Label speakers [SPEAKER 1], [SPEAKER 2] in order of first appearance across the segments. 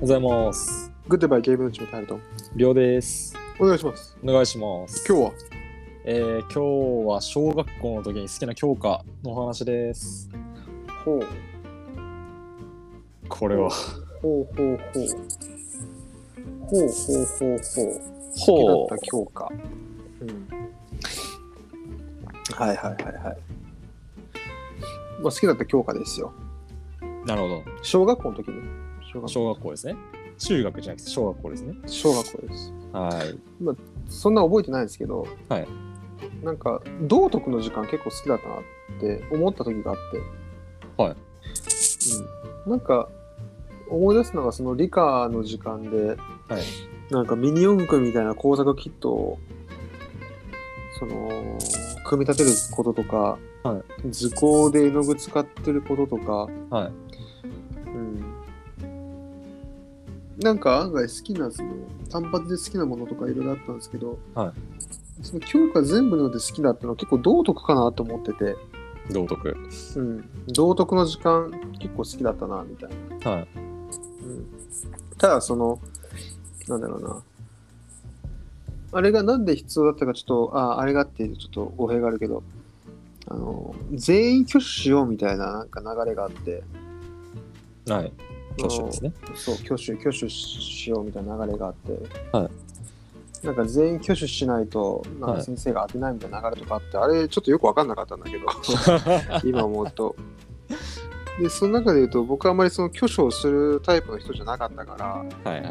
[SPEAKER 1] ございます。
[SPEAKER 2] グッドバイゲームのチームタイルトン。
[SPEAKER 1] りょうです。
[SPEAKER 2] お願いします。
[SPEAKER 1] お願いします。
[SPEAKER 2] 今
[SPEAKER 1] 日、
[SPEAKER 2] 日は
[SPEAKER 1] えー、今日は小学校の時に好きな教科のお話です。
[SPEAKER 2] ほう
[SPEAKER 1] これは。
[SPEAKER 2] ほうほうほうほうほうほうほう好きだった教科。うん。はいはいはいはい。まあ好きだった教科ですよ。
[SPEAKER 1] う。なるほど。
[SPEAKER 2] 小学校の時に。小学校
[SPEAKER 1] 小学校ですね。中学じゃなくて小学校ですね。
[SPEAKER 2] 小学校です。
[SPEAKER 1] はい。
[SPEAKER 2] そんな覚えてないんですけど、
[SPEAKER 1] はい。
[SPEAKER 2] なんか道徳の時間結構好きだったなって思った時があって。
[SPEAKER 1] はい。
[SPEAKER 2] うん。なんか思い出すのがその理科の時間で、
[SPEAKER 1] はい。
[SPEAKER 2] なんかミニ四駆みたいな工作キットをその組み立てることとか、
[SPEAKER 1] は
[SPEAKER 2] 図工で絵の具使ってることとか、
[SPEAKER 1] はい。
[SPEAKER 2] うん、なんか案外好きなその単発で好きなものとかいろいろあったんですけど、
[SPEAKER 1] はい
[SPEAKER 2] その教科全部ので好きだったのは結構道徳かなと思ってて、
[SPEAKER 1] 道徳。
[SPEAKER 2] うん、道徳の時間結構好きだったなみたいな。
[SPEAKER 1] はい。
[SPEAKER 2] うんただそのなんだろうなあれがなんで必要だったかちょっとああれがあってちょっと語弊があるけどあの全員挙手しようみたいななんか流れがあって
[SPEAKER 1] はい。教師ですね。
[SPEAKER 2] あのそう挙手挙手しようみたいな流れがあって、
[SPEAKER 1] は
[SPEAKER 2] なんか全員挙手しないとなん
[SPEAKER 1] は
[SPEAKER 2] か
[SPEAKER 1] い
[SPEAKER 2] 先生が当てないみたいな流れとかあって、あれちょっとよく分かんなかったんだ けど今思うと。でその中で言うと僕はあまりその挙手をするタイプの人じゃなかったから、
[SPEAKER 1] はいは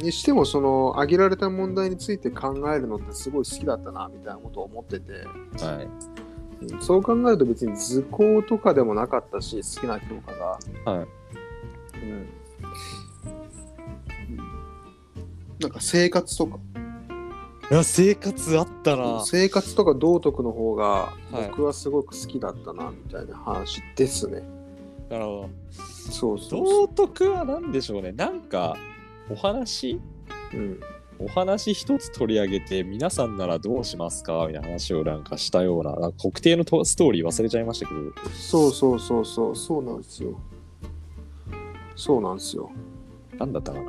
[SPEAKER 1] い。
[SPEAKER 2] にしてもその挙げられた問題について考えるのってすごい好きだったなみたいなことを思ってて、
[SPEAKER 1] はい。
[SPEAKER 2] うんそう考えると別に図工とかでもなかったし好きな教科が、
[SPEAKER 1] はい
[SPEAKER 2] うんうんなんか生活とか
[SPEAKER 1] いや、生活あったな。は
[SPEAKER 2] 生活とか道徳の方が
[SPEAKER 1] い。
[SPEAKER 2] 僕はすごく好きだったなみたいな話ですね、
[SPEAKER 1] なるほ
[SPEAKER 2] そうそうそ
[SPEAKER 1] ど。道徳は何でしょうね。なんか、お話
[SPEAKER 2] う、うん、
[SPEAKER 1] お話一つ取り上げて皆さんならどうしますかみたいな話をなんかしたようななんか特定のとストーリー忘れちゃいましたけど
[SPEAKER 2] そうそうそうそうそうなんですよそうなんですよ
[SPEAKER 1] 何だったかな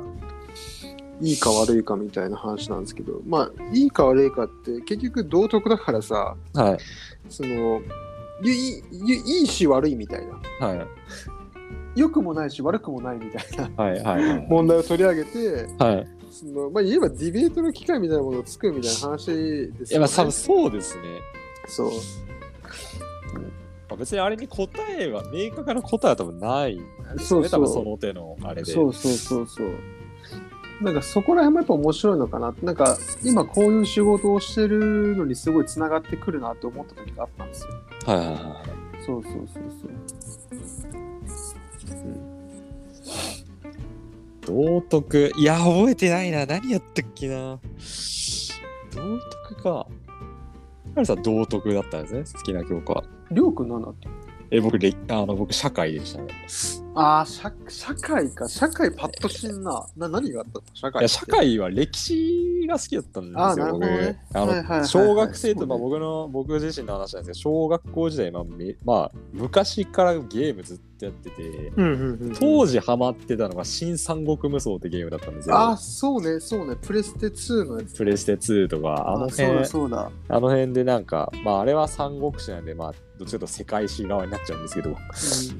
[SPEAKER 1] い
[SPEAKER 2] いか悪いかみたいな話なんですけどまあいいか悪いかって結局道徳だからさ
[SPEAKER 1] はい
[SPEAKER 2] そのいいいいいし悪いみたいな
[SPEAKER 1] はい
[SPEAKER 2] 良くもないし悪くもないみたいな
[SPEAKER 1] はいはいはい
[SPEAKER 2] 問題を取り上げて
[SPEAKER 1] はい
[SPEAKER 2] そのまあ言えばディベートの機会みたいなものを作るみたいな話です
[SPEAKER 1] いや
[SPEAKER 2] よ
[SPEAKER 1] まあ
[SPEAKER 2] ね。
[SPEAKER 1] 多分そうですね、
[SPEAKER 2] そう
[SPEAKER 1] まあ、別にあれに答えは明確な答えは多分ないです
[SPEAKER 2] そ
[SPEAKER 1] よ
[SPEAKER 2] う
[SPEAKER 1] ね
[SPEAKER 2] そ
[SPEAKER 1] 多
[SPEAKER 2] う
[SPEAKER 1] 分その手のあれで
[SPEAKER 2] そうそうそうそう。なんかそこら辺もやっぱ面白いのかななんか今こういう仕事をしてるのにすごいつながってくるなって思った時があったんですよ。
[SPEAKER 1] はいはいはい
[SPEAKER 2] そうそうそうそう。
[SPEAKER 1] 道徳いや覚えてないな何やったっけな道徳かあれさん道徳だったんですね好きな教科は
[SPEAKER 2] りょうくん何だった
[SPEAKER 1] え僕れあの僕社会でしたね
[SPEAKER 2] ああ、社社会か。社会パッとしんな。な何があったの社会
[SPEAKER 1] いや社会は歴史が好きだったんですよ、
[SPEAKER 2] あーなるほどね
[SPEAKER 1] 僕あの、
[SPEAKER 2] はいはいはいはい
[SPEAKER 1] 小学生
[SPEAKER 2] そ
[SPEAKER 1] と、
[SPEAKER 2] うね
[SPEAKER 1] まあ、僕の僕自身の話なんですけど、小学校時代、まあめまあ、昔からゲームずっとやってて、
[SPEAKER 2] うんうんうん、
[SPEAKER 1] 当
[SPEAKER 2] 時。
[SPEAKER 1] 時ハマってたのが新三国無双ってゲームだったんです
[SPEAKER 2] ああ、
[SPEAKER 1] よ。
[SPEAKER 2] そうね、そうね。プレステ2のやつ。
[SPEAKER 1] プレステ2とか、あの
[SPEAKER 2] そうだ
[SPEAKER 1] 辺、
[SPEAKER 2] そうだ。
[SPEAKER 1] あの辺でなんか、まあ、あれは三国志なんで、まあ、どっちかというと世界史側になっちゃうんですけど、ま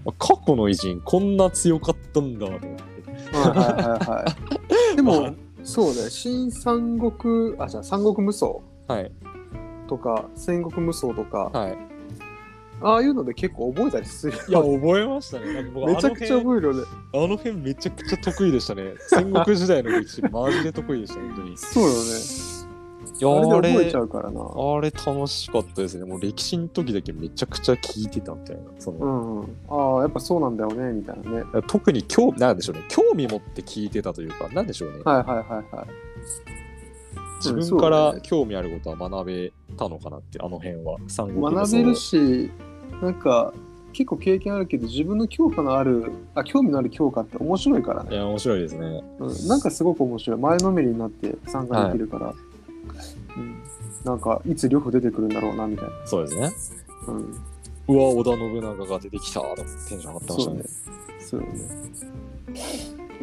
[SPEAKER 1] あ過去の偉人、こんな強かったんだと思って。
[SPEAKER 2] うん、はいはいはい はい。で
[SPEAKER 1] ま
[SPEAKER 2] も
[SPEAKER 1] あ、
[SPEAKER 2] そうね、新三国、あ、じゃあ三国無双
[SPEAKER 1] はい、
[SPEAKER 2] とか、戦国無双とか、
[SPEAKER 1] はい。
[SPEAKER 2] ああいうので結構覚えたりする
[SPEAKER 1] いや、
[SPEAKER 2] よ。
[SPEAKER 1] 覚えましたね。なんか僕
[SPEAKER 2] めちゃくちゃ
[SPEAKER 1] あの辺
[SPEAKER 2] 覚えるよね。
[SPEAKER 1] あの辺めちゃくちゃ得意でしたね。戦国時代の歴史、マジで得意でした、本当に。
[SPEAKER 2] そうよね。あれで覚えちゃうからな。
[SPEAKER 1] あれ楽しかったですね。もう歴史の時だけめちゃくちゃ聞いてたみたいな。そうの
[SPEAKER 2] んうん。ああ、やっぱそうなんだよね、みたいなね。
[SPEAKER 1] 特に興味、なんでしょうね。興味持って聞いてたというか、なんでしょうね。
[SPEAKER 2] はいはいはいはい。
[SPEAKER 1] 自分か
[SPEAKER 2] そうだ
[SPEAKER 1] ら
[SPEAKER 2] ね
[SPEAKER 1] 興味あることは学べたのかなって、あの辺は。三国無
[SPEAKER 2] 学
[SPEAKER 1] 双
[SPEAKER 2] べるしなんか結構経験あるけど自分の教科のあるあ興味のある教科って面白いから
[SPEAKER 1] い
[SPEAKER 2] ね、
[SPEAKER 1] や、面白いですね。
[SPEAKER 2] うん、なんかすごく面白い前のめりになって参加できるから、うん、なんかいつ両方出てくるんだろうなみたい
[SPEAKER 1] そうですね。
[SPEAKER 2] な、うん、
[SPEAKER 1] うわ、織田信長が出てきたと思ってテンション上がってましたね。
[SPEAKER 2] そうよね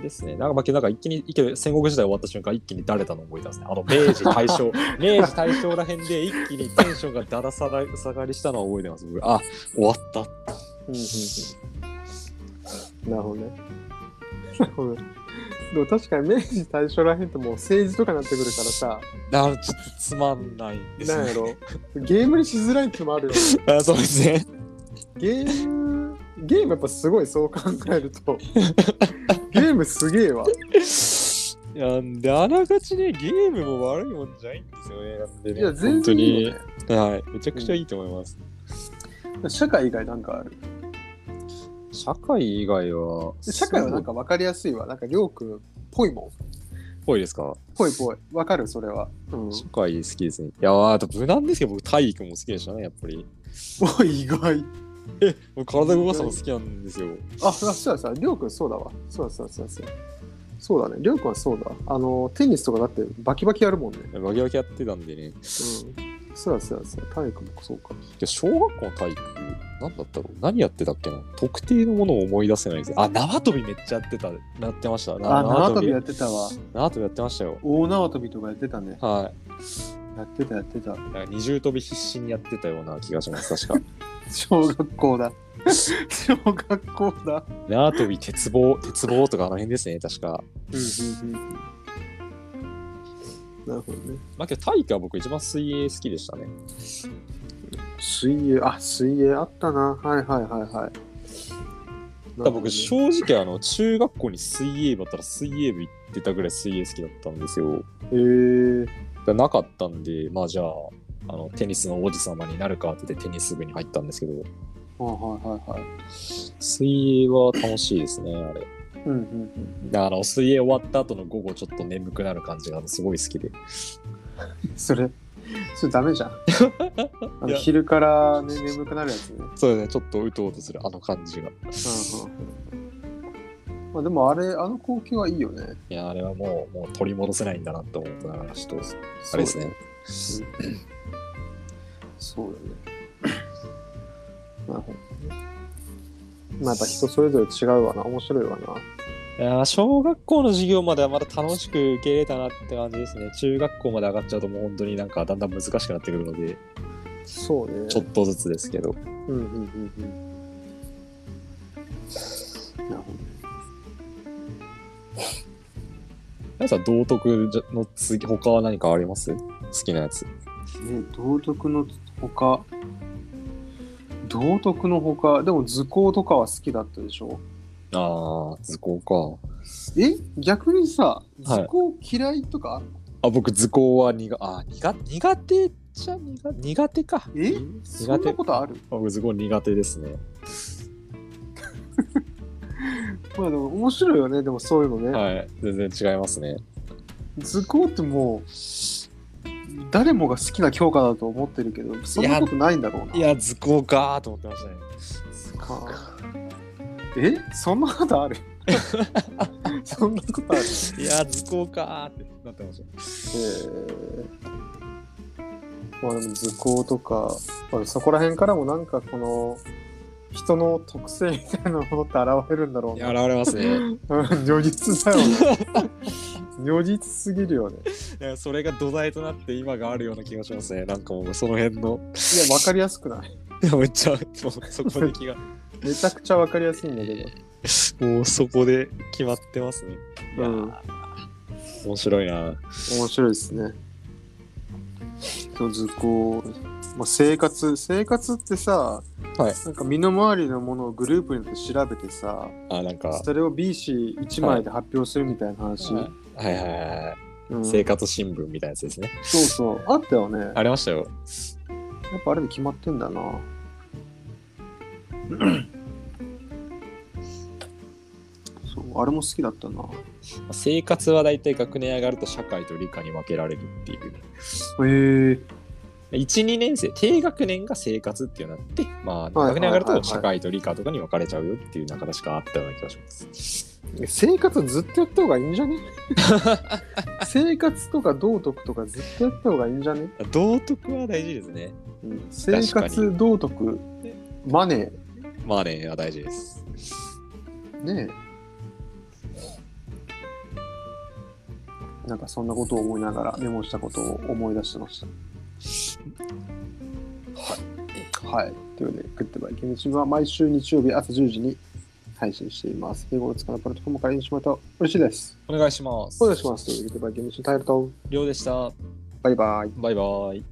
[SPEAKER 1] ですね。なんか、まあ、けどなんか一気に、一気に戦国時代終わった瞬間、一気に誰だの思い出すね。あの、明治、大 正、明治、大正ら辺で一気にテンションがだだ下がり下がりしたのは覚えてます。僕あ、終わった。
[SPEAKER 2] うんうんうんなるほどね。なるほ ど。でも確かに明治大正らへんってもう政治とかになってくるからさ、
[SPEAKER 1] あちょっとつまんないです
[SPEAKER 2] なん
[SPEAKER 1] ね。
[SPEAKER 2] やろ、ゲームにしづらいってのもあるよね。
[SPEAKER 1] あそうですね。
[SPEAKER 2] ゲーム、ゲームやっぱすごいそう考える と。ゲームすげえわ。
[SPEAKER 1] いやであながちね、ゲームも悪いもんじゃないんですよね。なんで
[SPEAKER 2] い
[SPEAKER 1] ね
[SPEAKER 2] や、全然いいよね。
[SPEAKER 1] 本当に、はい、めちゃくちゃいいと思います。
[SPEAKER 2] 社会以外なんかある。
[SPEAKER 1] 社会以外は、
[SPEAKER 2] 社会はなん
[SPEAKER 1] か、
[SPEAKER 2] か分かりやすいわ。なんかりょうくんっぽいもん。
[SPEAKER 1] ぽいですか
[SPEAKER 2] ぽいぽい。わかるそれは。うん。
[SPEAKER 1] 社会好きですね。いやー、あと無難ですけど、僕、体育も好きでしたね、やっぱり。
[SPEAKER 2] ぽい意外。
[SPEAKER 1] 僕体動かすの好きなんですよ。
[SPEAKER 2] あ、あそうだそうだ。りょうくんそうだわ。そうだそうだそうだそうだ。そうだね。りょうくんはそうだ。あの、テニスとかだってバキバキやるもんね。うん。
[SPEAKER 1] バキバキやってたんでね。い
[SPEAKER 2] そうだそうだそうだ。体育もそうか。
[SPEAKER 1] や小学校の体育、何だったろう何やってたっけな特定のものを思い出せないんですよ。あ、縄跳びめっちゃやってた。やってました。な
[SPEAKER 2] あ、縄跳びやってたわ。
[SPEAKER 1] 縄跳びやってましたよ。
[SPEAKER 2] 大縄跳びとかやってたね。
[SPEAKER 1] は
[SPEAKER 2] やってたやってた。
[SPEAKER 1] い。なんか二重跳び必死にやってたような気がします、確か。
[SPEAKER 2] 小学校だ。 小学校だ。
[SPEAKER 1] 縄跳び、鉄棒、鉄棒とかあの辺ですね、確か。
[SPEAKER 2] うんうんうん。なるほどね。
[SPEAKER 1] まあけど体育は僕一番水泳好きでしたね。
[SPEAKER 2] 水泳、あ、水泳あったな。はいはいはいはい。
[SPEAKER 1] ただ僕正直あの中学校に水泳部あったら水泳部行ってたぐらい水泳好きだったんですよ。
[SPEAKER 2] えー、
[SPEAKER 1] がなかったんで、まあじゃあ、あのテニスの王子様になるかって言ってテニス部に入ったんですけど、
[SPEAKER 2] はいはいはいはい。
[SPEAKER 1] 水泳は楽しいですね、あれ。
[SPEAKER 2] うんうんうん。
[SPEAKER 1] であの水泳終わった後の午後、ちょっと眠くなる感じがすごい好きで。
[SPEAKER 2] それ、それ ダメじゃん。あ
[SPEAKER 1] い
[SPEAKER 2] の
[SPEAKER 1] や
[SPEAKER 2] 昼から、ね、眠くなるやつね。
[SPEAKER 1] そうですね、ちょっとうとうとするあの感じが。い
[SPEAKER 2] うんうん。まあでもあれ、あの光景はいいよね。
[SPEAKER 1] や、あれはもうもう取り戻せないんだなと思ったから、ちょっと、あれですね。
[SPEAKER 2] そうだね。なるほどね。まあやっぱ人それぞれ違うわな。面白いわ
[SPEAKER 1] い
[SPEAKER 2] な。
[SPEAKER 1] やー小学校の授業まではまだ楽しく受け入れたなって感じですね。中学校まで上がっちゃうともう本当になんかだんだん難しくなってくるので、
[SPEAKER 2] そうね。
[SPEAKER 1] ちょっとずつですけど。
[SPEAKER 2] うんうんうんうん。なるほど。
[SPEAKER 1] 皆さん、道徳じゃの次、他は何かあります好きなやつ。
[SPEAKER 2] ね、道徳のほか、道徳のほか、でも図工とかは好きだったでしょ
[SPEAKER 1] ああ、図工か。
[SPEAKER 2] え逆にさ、図工嫌いとか、
[SPEAKER 1] あ、僕、図工は苦あ苦苦手じゃ苦苦手か。
[SPEAKER 2] えそ
[SPEAKER 1] 苦
[SPEAKER 2] んな
[SPEAKER 1] 手。
[SPEAKER 2] ことある
[SPEAKER 1] 僕、図工苦手ですね。
[SPEAKER 2] まあでも面白いよね、でもそういうのね。
[SPEAKER 1] はい、全然違いますね。
[SPEAKER 2] 図工ってもう、誰もが好きな教科だと思ってるけど、そんなことないんだろうな。
[SPEAKER 1] いや、図工かーと思ってましたね。
[SPEAKER 2] かえそんなこと あるそんなことある
[SPEAKER 1] いや、図工かーってなってました。
[SPEAKER 2] えーまあでも図工とか、まあ、そこら辺からもなんかこの人の特性みたいなものって現れるんだろう
[SPEAKER 1] い
[SPEAKER 2] な。
[SPEAKER 1] や、現れますね。
[SPEAKER 2] うん 如実だよね。如実すぎるよね。
[SPEAKER 1] いやそれが土台となって今があるような気がしますね。なんかもうその辺の。
[SPEAKER 2] いや、わかりやすくない。
[SPEAKER 1] いやめっちゃもうそこで気 が。
[SPEAKER 2] めちゃくちゃわかりやすいんだけど。
[SPEAKER 1] もうそこで決まってますね。いやー
[SPEAKER 2] うん
[SPEAKER 1] 面白いな。
[SPEAKER 2] 面白いですね。そう図工、まあ、生活、生活ってさ、
[SPEAKER 1] はい
[SPEAKER 2] なんか身の回りのものをグループによって調べてさ、
[SPEAKER 1] あ、なんか。は
[SPEAKER 2] それを BC1 枚で発表するみたいな話、
[SPEAKER 1] いはいはいはい。
[SPEAKER 2] うん
[SPEAKER 1] 生活新聞みたいなやつですね。
[SPEAKER 2] そうそうあったよねやっ
[SPEAKER 1] ありましたよ。
[SPEAKER 2] ぱあれで決まってんだなそうあれも好きだったな
[SPEAKER 1] 生活は大体学年上がると社会と理科に分けられるっていう。
[SPEAKER 2] へえ
[SPEAKER 1] 1、2年生、低学年が生活っていうのがあって、まあ、
[SPEAKER 2] はいはいはいはい
[SPEAKER 1] 学年上がると社会と理科とかに分かれちゃうよっていう中確かあったような気がします。
[SPEAKER 2] 生活ずっとやった方がいいんじゃね生活とか道徳とかずっとやった方がいいんじゃね、
[SPEAKER 1] 道徳は大事ですね。
[SPEAKER 2] うん生活道徳マネ
[SPEAKER 1] マネーは大事です。
[SPEAKER 2] ーねえなんかそんなことを思いながらメモしたことを思い出してました。はい。はい。ということで、グッドバイキムチは毎週日曜日朝10時に配信しています。英語を使うプラットフォームから印象また嬉しいです。
[SPEAKER 1] お願いします。
[SPEAKER 2] お願いします。ということで、グッドバイキムチのタイルと、
[SPEAKER 1] りょうでした。
[SPEAKER 2] バイバイ。
[SPEAKER 1] バイバイ。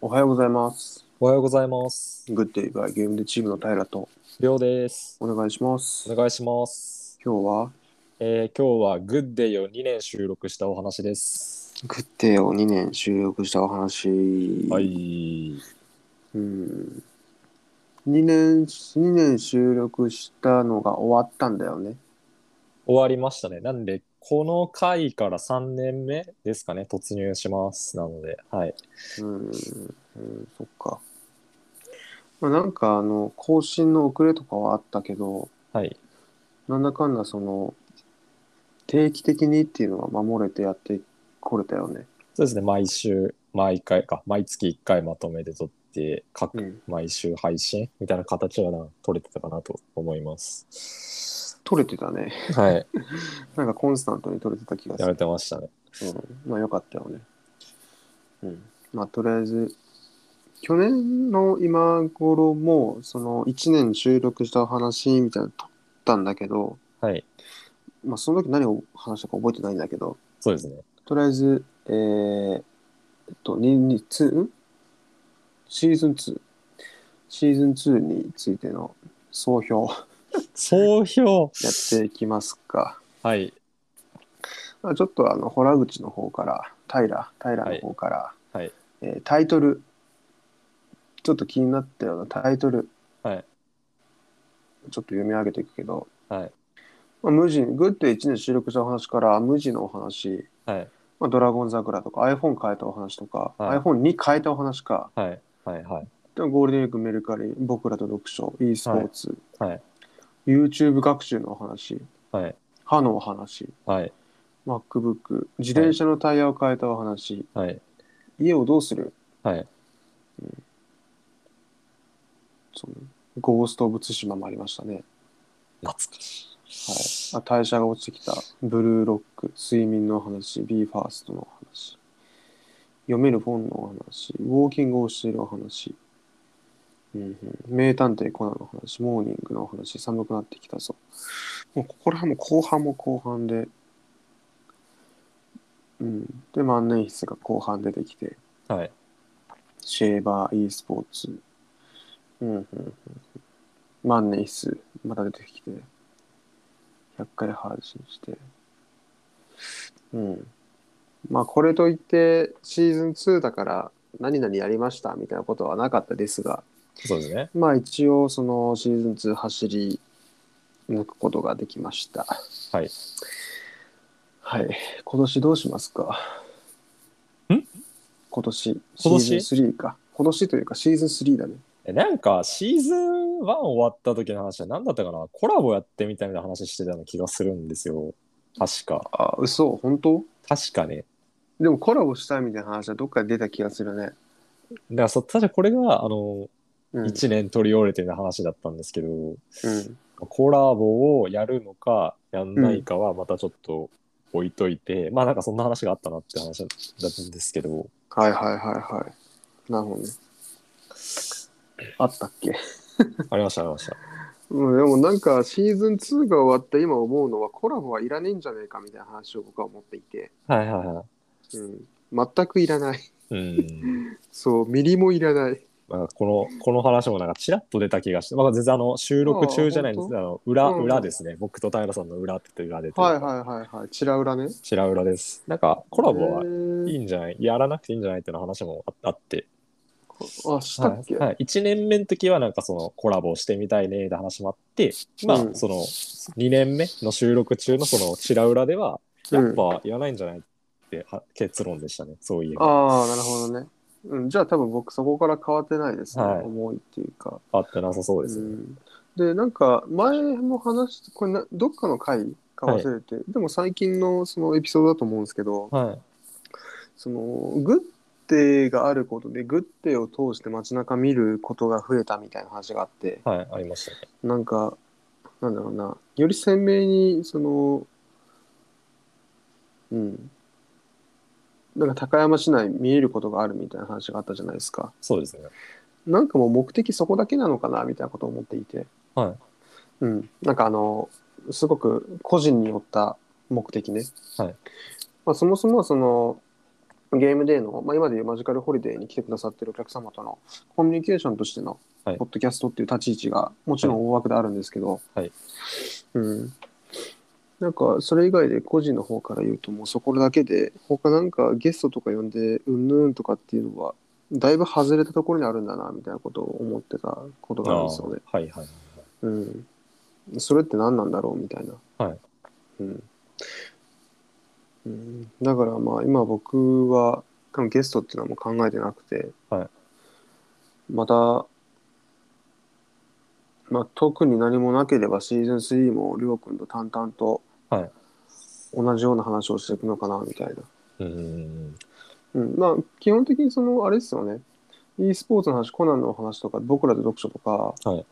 [SPEAKER 2] おはようございます。
[SPEAKER 1] おはようございます。
[SPEAKER 2] グッドイバイゲームでチームの平と
[SPEAKER 1] りょうです。
[SPEAKER 2] お願いします
[SPEAKER 1] お。願いします。
[SPEAKER 2] 今日は
[SPEAKER 1] えー、今日はグッデイを2年収録したお話です。
[SPEAKER 2] グッデイを2年収録したお話。
[SPEAKER 1] は。い。
[SPEAKER 2] うん。2年、2年収録したのが終わったんだよね。
[SPEAKER 1] 終わりましたね。なんで、この回から3年目ですかね、突入します。なので、はい。
[SPEAKER 2] うん。うん、そっか。まあ、なんかあの、更新の遅れとかはあったけど、
[SPEAKER 1] はい。
[SPEAKER 2] なんだかんだその、定期的にっていうのは守れてやってこれたよね。
[SPEAKER 1] そうですね、毎週、毎回か、毎月1回まとめて撮って、各
[SPEAKER 2] ん。
[SPEAKER 1] 毎週配信みたいな形はな、取れてたかなと思います。
[SPEAKER 2] 取れてたね。
[SPEAKER 1] はい。
[SPEAKER 2] なんかコンスタントに取れてた気がす
[SPEAKER 1] や
[SPEAKER 2] る
[SPEAKER 1] れ。てましたね。
[SPEAKER 2] うん、まあよかったよね。うん。まあとりあえず、去年の今頃も、その1年収録した話みたいなの撮ったんだけど、
[SPEAKER 1] はい。
[SPEAKER 2] まあその時何を話したか覚えてないんだけど、
[SPEAKER 1] そうですね。
[SPEAKER 2] とりあえず、えー、えっと、ににつんシーズン 2? シーズン2についての総評
[SPEAKER 1] 総評
[SPEAKER 2] やっていきますか。
[SPEAKER 1] はい。
[SPEAKER 2] まあちょっとあの、洞口の方から、平、平の方から、
[SPEAKER 1] はい。
[SPEAKER 2] えータイトルちょっと気になったようなタイトル
[SPEAKER 1] はい。
[SPEAKER 2] ちょっと読み上げていくけど、
[SPEAKER 1] はい。
[SPEAKER 2] まあ、無人グッド1年収録したお話から無人のお話、
[SPEAKER 1] はい。
[SPEAKER 2] まあ、ドラゴン桜とか iPhone 変えたお話とか、
[SPEAKER 1] はい
[SPEAKER 2] iPhone に変えたお話か
[SPEAKER 1] はい。はい。はい。
[SPEAKER 2] でゴールデンウィークメルカリ僕らと読書 e スポーツ、
[SPEAKER 1] はい
[SPEAKER 2] YouTube 学習のお話
[SPEAKER 1] はい。
[SPEAKER 2] 歯のお話
[SPEAKER 1] はい。
[SPEAKER 2] MacBook 自転車のタイヤを変えたお話、
[SPEAKER 1] はい。
[SPEAKER 2] 家をどうする
[SPEAKER 1] はい。
[SPEAKER 2] そのゴースト・オブ・ツシマもありましたね
[SPEAKER 1] 懐かしい。
[SPEAKER 2] あ代謝が落ちてきたブルーロック睡眠の話 b ファーストのお話読める本のお話ウォーキングをしているお話、うんうん、名探偵コナンの話モーニングのお話寒くなってきたぞもうここら辺も後半も後半でうんで万年筆が後半出てきて
[SPEAKER 1] はい。
[SPEAKER 2] シェーバー e スポーツうんうんうん万年筆また出てきて100回配信してうんまあこれといってシーズン2だから何々やりましたみたいなことはなかったですが
[SPEAKER 1] そうですね。
[SPEAKER 2] まあ一応そのシーズン2走り抜くことができました
[SPEAKER 1] はい
[SPEAKER 2] はい今年どうしますか
[SPEAKER 1] ん
[SPEAKER 2] 今年シ
[SPEAKER 1] 今
[SPEAKER 2] ー
[SPEAKER 1] 年
[SPEAKER 2] ズン3か今年というかシーズン3だね
[SPEAKER 1] えなんか、シーズン1終わった時の話は何だったかなコラボやってみたいな話してたような気がするんですよ。確か。
[SPEAKER 2] あ嘘本当
[SPEAKER 1] 確かね。
[SPEAKER 2] でもコラボしたいみたいな話はどっかで出た気がするね、
[SPEAKER 1] だからそ、確かこれが、あの、
[SPEAKER 2] うん
[SPEAKER 1] 1年取り終えてる話だったんですけど、
[SPEAKER 2] うん
[SPEAKER 1] コラボをやるのか、やんないかはまたちょっと置いといて、まあなんかそんな話があったなって話だったんですけど、
[SPEAKER 2] はいはいはいはい。なるほどね。あったっけ、
[SPEAKER 1] ありました、ありました。
[SPEAKER 2] うん、でもなんかシーズン2が終わった今思うのはコラボはいらねえんじゃねえかみたいな話を僕は思っていて、
[SPEAKER 1] はいはいはい。
[SPEAKER 2] うん、全くいらない。
[SPEAKER 1] うん。
[SPEAKER 2] そう、ミリもいらない。
[SPEAKER 1] なんかこの、この話もなんかちらっと出た気がして、まあ全然あの収録中じゃないんですけど、あの裏、
[SPEAKER 2] うん
[SPEAKER 1] 裏ですね。僕と平さんの裏って裏で、
[SPEAKER 2] はいはいはいはい。チラウラね。
[SPEAKER 1] ちら裏です。なんかコラボは
[SPEAKER 2] へー
[SPEAKER 1] いいんじゃないやらなくていいんじゃないっていうの話もああって、
[SPEAKER 2] あ、したっけ、
[SPEAKER 1] はいはい、1年目の時はなんかそのコラボしてみたいねって話もあって、まあ
[SPEAKER 2] うん
[SPEAKER 1] その2年目の収録中のそのちら裏ではやっぱ言わないんじゃないっては結論でしたねそういえば
[SPEAKER 2] ああ、なるほどね。うん、じゃあ多分僕そこから変わってないですね。
[SPEAKER 1] はい
[SPEAKER 2] 思いっていうか。
[SPEAKER 1] あってなさそうです
[SPEAKER 2] う
[SPEAKER 1] ね、
[SPEAKER 2] ん、でなんか前も話しこれなどっかの回か忘れて、でも最近のそのエピソードだと思うんですけど
[SPEAKER 1] はい
[SPEAKER 2] そのグッテがあることでグッテを通して街中見ることが増えたみたいな話があって
[SPEAKER 1] はい、ありましたね。
[SPEAKER 2] なんかなんだろうなより鮮明にそのうんなんか高山市内見えることがあるみたいな話があったじゃないですか
[SPEAKER 1] そうですね。
[SPEAKER 2] なんかもう目的そこだけなのかなみたいなことを思っていて
[SPEAKER 1] はい
[SPEAKER 2] うん、なんかあのすごく個人によった目的ね、
[SPEAKER 1] はい
[SPEAKER 2] まあ、そもそもそのゲームデーの、まあ、今でいうマジカルホリデーに来てくださってるお客様とのコミュニケーションとしてのポ
[SPEAKER 1] はい
[SPEAKER 2] ッドキャストっていう立ち位置がもちろん大枠であるんですけど、
[SPEAKER 1] はい
[SPEAKER 2] うん、なんかそれ以外で個人の方から言うともうそこだけで他なんかゲストとか呼んでうんぬんとかっていうのはだいぶ外れたところにあるんだなみたいなことを思ってたことがあるんですよね。
[SPEAKER 1] あーはいはい。
[SPEAKER 2] うん、それって何なんだろうみたいな、
[SPEAKER 1] はい
[SPEAKER 2] うんうん、だからまあ今僕は多分ゲストっていうのはもう考えてなくて、
[SPEAKER 1] はい
[SPEAKER 2] また、まあ、特に何もなければシーズン3もりょうくんと淡々と
[SPEAKER 1] はい
[SPEAKER 2] 同じような話をしていくのかなみたいな、
[SPEAKER 1] うーん。
[SPEAKER 2] うん、まあ基本的にそのあれですよね e スポーツの話コナンの話とか僕らで読書とか、
[SPEAKER 1] はい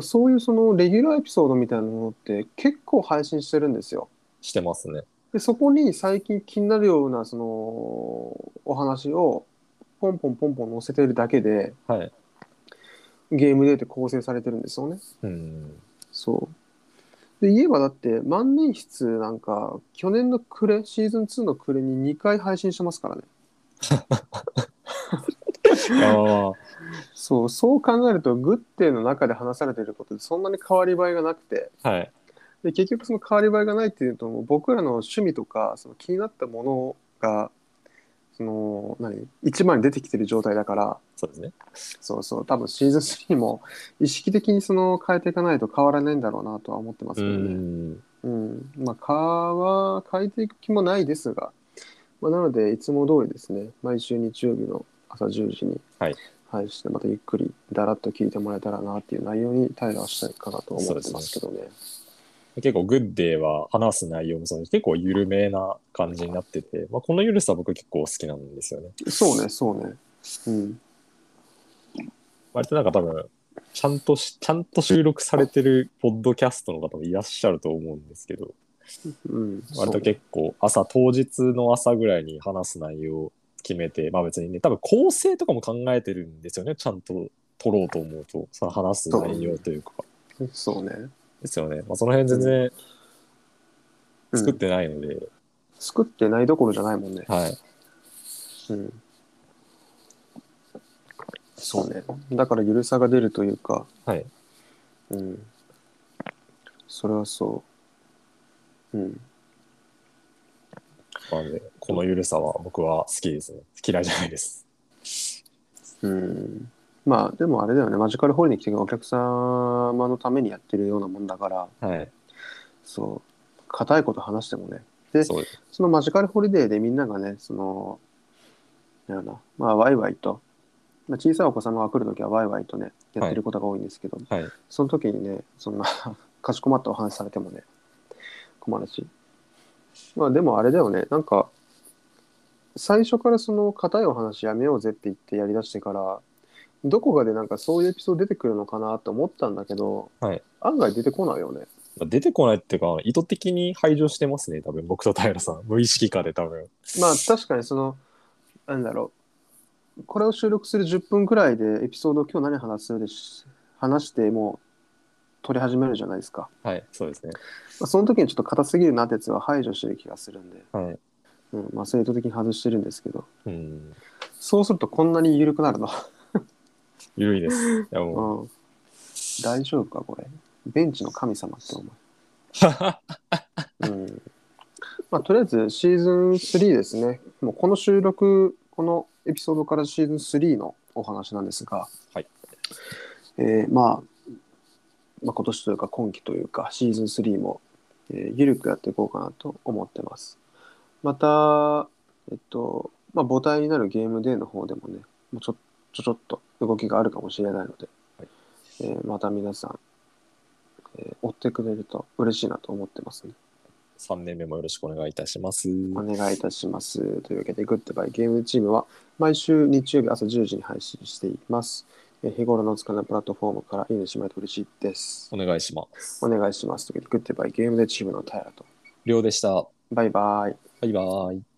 [SPEAKER 2] そういうそのレギュラーエピソードみたいなものって結構配信してるんですよ
[SPEAKER 1] してますね。
[SPEAKER 2] でそこに最近気になるようなそのお話をポンポンポンポン載せてるだけで
[SPEAKER 1] はい。
[SPEAKER 2] ゲームデーって構成されてるんですよね
[SPEAKER 1] うーん。
[SPEAKER 2] そうで言えばだって万年筆なんか去年の暮れシーズン2の暮れに2回配信してますからね
[SPEAKER 1] あ
[SPEAKER 2] そうそう考えるとグッテの中で話されていることでそんなに変わり映えがなくて
[SPEAKER 1] あ。はい。
[SPEAKER 2] で結局その変わり映えがないっていうともう僕らの趣味とかその気になったものがその何一番に出てきてる状態だから
[SPEAKER 1] そうですね。
[SPEAKER 2] そうそう多分シーズン3も意識的にその変えていかないと変わらないんだろうなとは思ってます
[SPEAKER 1] う
[SPEAKER 2] けどね。
[SPEAKER 1] ーん。
[SPEAKER 2] うん、まあ、蚊は変えていく気もないですが、まあ、なので、いつも通りですね、毎週日曜日の朝10時に
[SPEAKER 1] はい
[SPEAKER 2] 配信して、またゆっくりだらっと聞いてもらえたらなっていう内容に対応したいかなと思ってますけどね。
[SPEAKER 1] 結構グッデーは話す内容もそうです結構緩めな感じになってて、まあ、この緩さ僕結構好きなんですよね。
[SPEAKER 2] そうね、そうね。うん、
[SPEAKER 1] 割となんか多分、ちゃんとし、ちゃんと収録されてるポッドキャストの方もいらっしゃると思うんですけど、
[SPEAKER 2] うん、
[SPEAKER 1] 割と結構朝、当日の朝ぐらいに話す内容を決めて、まあ別にね、多分構成とかも考えてるんですよね、ちゃんと撮ろうと思うと、その話す内容というか。
[SPEAKER 2] そうね。そうね
[SPEAKER 1] ですよね。まあその辺全然
[SPEAKER 2] うん
[SPEAKER 1] 作ってないので、
[SPEAKER 2] 作ってないどころじゃないもんね。
[SPEAKER 1] はい。
[SPEAKER 2] うん、そうね。だから、ゆるさが出るというか、
[SPEAKER 1] はい。
[SPEAKER 2] うん。それはそう。うん。
[SPEAKER 1] なので、この緩さは僕は好きですね。嫌いじゃないです。
[SPEAKER 2] うん。まあ、でもあれだよね、マジカルホリデーに来てお客様のためにやってるようなもんだから、
[SPEAKER 1] はい。
[SPEAKER 2] そう、硬いこと話してもね。で、そ
[SPEAKER 1] そうです。
[SPEAKER 2] のマジカルホリデーでみんながね、その、なんだろうな、まあ、ワイワイと、まあ、小さいお子様が来るときはワイワイとね、やってることが多いんですけど、
[SPEAKER 1] はい。
[SPEAKER 2] その時にね、そんな かしこまったお話されてもね、困るし。まあでもあれだよね、なんか、最初からその硬いお話やめようぜって言ってやりだしてから、どこかでなんかそういうエピソード出てくるのかなと思ったんだけど、
[SPEAKER 1] はい
[SPEAKER 2] 案外出てこないよね。
[SPEAKER 1] まあ出てこないっていうか、意図的に排除してますね、多分僕と平さん。無意識化で多分。
[SPEAKER 2] まあ確かにその、なんだろう、これを収録する10分くらいでエピソードを今日何話すでし話してもう撮り始めるじゃないですか。
[SPEAKER 1] はい、そうですね。
[SPEAKER 2] まあ、その時にちょっと硬すぎるなってやつは排除してる気がするんで。
[SPEAKER 1] はい。
[SPEAKER 2] うん、まあ、そういう時に外してるんですけど、
[SPEAKER 1] うん。
[SPEAKER 2] そうするとこんなに緩くなるの。
[SPEAKER 1] 緩いです。いや もう、
[SPEAKER 2] うん、大丈夫か、これ。ベンチの神様ってお前。うん。まあ、とりあえずシーズン3ですね。もうこの収録、このエピソードからシーズン3のお話なんですが、
[SPEAKER 1] はい。
[SPEAKER 2] えーまあ、まあ、今年というか今期というかシーズン3も、えー、緩くやっていこうかなと思ってます。また、えっと、まあ、母体になるゲームデーの方でもね、もうちょちょちょっと動きがあるかもしれないので、
[SPEAKER 1] はい
[SPEAKER 2] えーまた皆さん、えー追ってくれると嬉しいなと思ってますね。
[SPEAKER 1] 3年目もよろしくお願いいたします。
[SPEAKER 2] お願いいたします。というわけで、グッドバイゲームチームは毎週日曜日朝10時に配信しています。えー日頃のお使いのプラットフォームからいいねしてもらえると嬉しいです。
[SPEAKER 1] お願いします。
[SPEAKER 2] お願いします。というわけで、グッドバイゲームでチームの平と。
[SPEAKER 1] りょうでした。
[SPEAKER 2] バイバイ。
[SPEAKER 1] バイバイ。